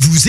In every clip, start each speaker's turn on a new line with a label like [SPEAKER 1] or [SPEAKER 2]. [SPEAKER 1] Vous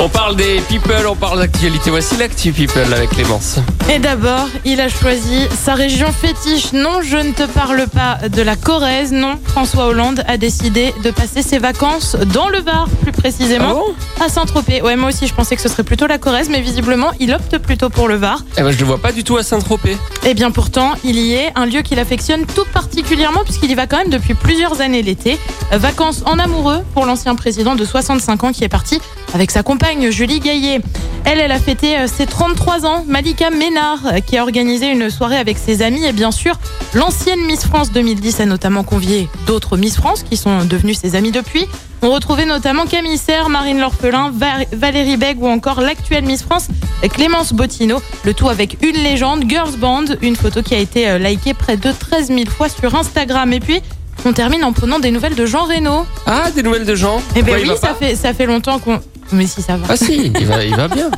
[SPEAKER 2] On parle des people, on parle d'actualité. Voici l'actu people avec Clémence.
[SPEAKER 3] Et d'abord, il a choisi sa région fétiche. Non, je ne te parle pas de la Corrèze. Non, François Hollande a décidé de passer ses vacances dans le Var, plus
[SPEAKER 2] Ah
[SPEAKER 3] précisément à Saint-Tropez. Ouais, moi aussi, je pensais que ce serait plutôt la Corrèze, mais visiblement, il opte plutôt pour le Var.
[SPEAKER 2] Eh ben, je le vois pas du tout à Saint-Tropez.
[SPEAKER 3] Et Eh bien pourtant, il y est, un lieu qu'il affectionne tout particulièrement puisqu'il y va quand même depuis plusieurs années l'été. Euh, Vacances en amoureux pour l'ancien président de 65 ans qui est parti avec sa compagne Julie Gaillet. Elle, elle a fêté euh, ses 33 ans, Malika Ménard, euh, qui a organisé une soirée avec ses amis et bien sûr, l'ancienne Miss France 2010 a notamment convié d'autres Miss France qui sont devenues ses amies depuis. On retrouvait notamment Camille Serre, Marine Lorpelin, Va- Valérie Beg ou encore l'actuelle Miss France Clémence Bottino. Le tout avec une légende, Girls Band, une photo qui a été euh, likée près de 13 000 fois sur Instagram. Et puis, on termine en prenant des nouvelles de Jean Reno.
[SPEAKER 2] Ah, des nouvelles de Jean.
[SPEAKER 3] Eh ben
[SPEAKER 2] Pourquoi il
[SPEAKER 3] oui,
[SPEAKER 2] va
[SPEAKER 3] ça
[SPEAKER 2] pas
[SPEAKER 3] fait, ça fait longtemps qu'on. Mais si ça va.
[SPEAKER 2] Ah si, il va, il va bien.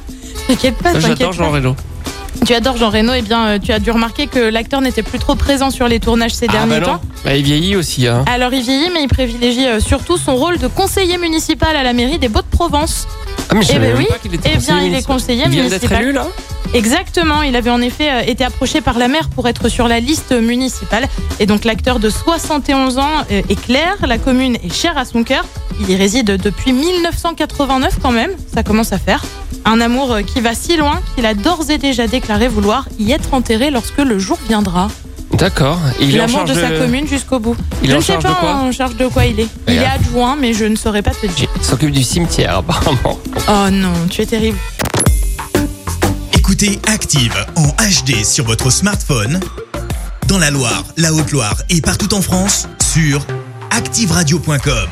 [SPEAKER 3] T'inquiète pas, t'inquiète
[SPEAKER 2] Ah. J'adore Jean
[SPEAKER 3] pas.
[SPEAKER 2] Reno.
[SPEAKER 3] Tu adores Jean Reno, et bien euh, tu as dû remarquer que l'acteur n'était plus trop présent sur les tournages ces
[SPEAKER 2] Ah,
[SPEAKER 3] derniers
[SPEAKER 2] bah non.
[SPEAKER 3] temps.
[SPEAKER 2] Bah, il vieillit aussi. Hein.
[SPEAKER 3] Alors il vieillit, mais il privilégie euh, surtout son rôle de conseiller municipal à la mairie des Baux-de-Provence.
[SPEAKER 2] Ah, mais je
[SPEAKER 3] Eh
[SPEAKER 2] savais
[SPEAKER 3] ben
[SPEAKER 2] même
[SPEAKER 3] oui.
[SPEAKER 2] pas qu'il était
[SPEAKER 3] Eh bien,
[SPEAKER 2] conseiller
[SPEAKER 3] il est
[SPEAKER 2] municipal.
[SPEAKER 3] conseiller
[SPEAKER 2] Il vient d'être hein.
[SPEAKER 3] municipal.
[SPEAKER 2] élu là
[SPEAKER 3] Exactement, il avait en effet euh, été approché par la maire pour être sur la liste municipale. Et donc l'acteur de 71 ans euh, est clair, la commune est chère à son cœur. Il y réside depuis 1989 quand même, ça commence à faire. Un amour euh, qui va si loin qu'il a d'ores et déjà déclaré vouloir y être enterré lorsque le jour viendra.
[SPEAKER 2] D'accord. Et Il est en
[SPEAKER 3] L'amour
[SPEAKER 2] charge
[SPEAKER 3] de sa commune jusqu'au bout.
[SPEAKER 2] Il est
[SPEAKER 3] je
[SPEAKER 2] en
[SPEAKER 3] ne sais
[SPEAKER 2] charge
[SPEAKER 3] pas
[SPEAKER 2] de quoi
[SPEAKER 3] en charge de quoi il est. Il est
[SPEAKER 2] Regarde.
[SPEAKER 3] adjoint, mais je ne saurais pas te dire.
[SPEAKER 2] Il s'occupe du cimetière apparemment.
[SPEAKER 3] Oh non, tu es terrible.
[SPEAKER 1] Écoutez Active en HD sur votre smartphone, dans la Loire, la Haute-Loire et partout en France, sur activeradio.com.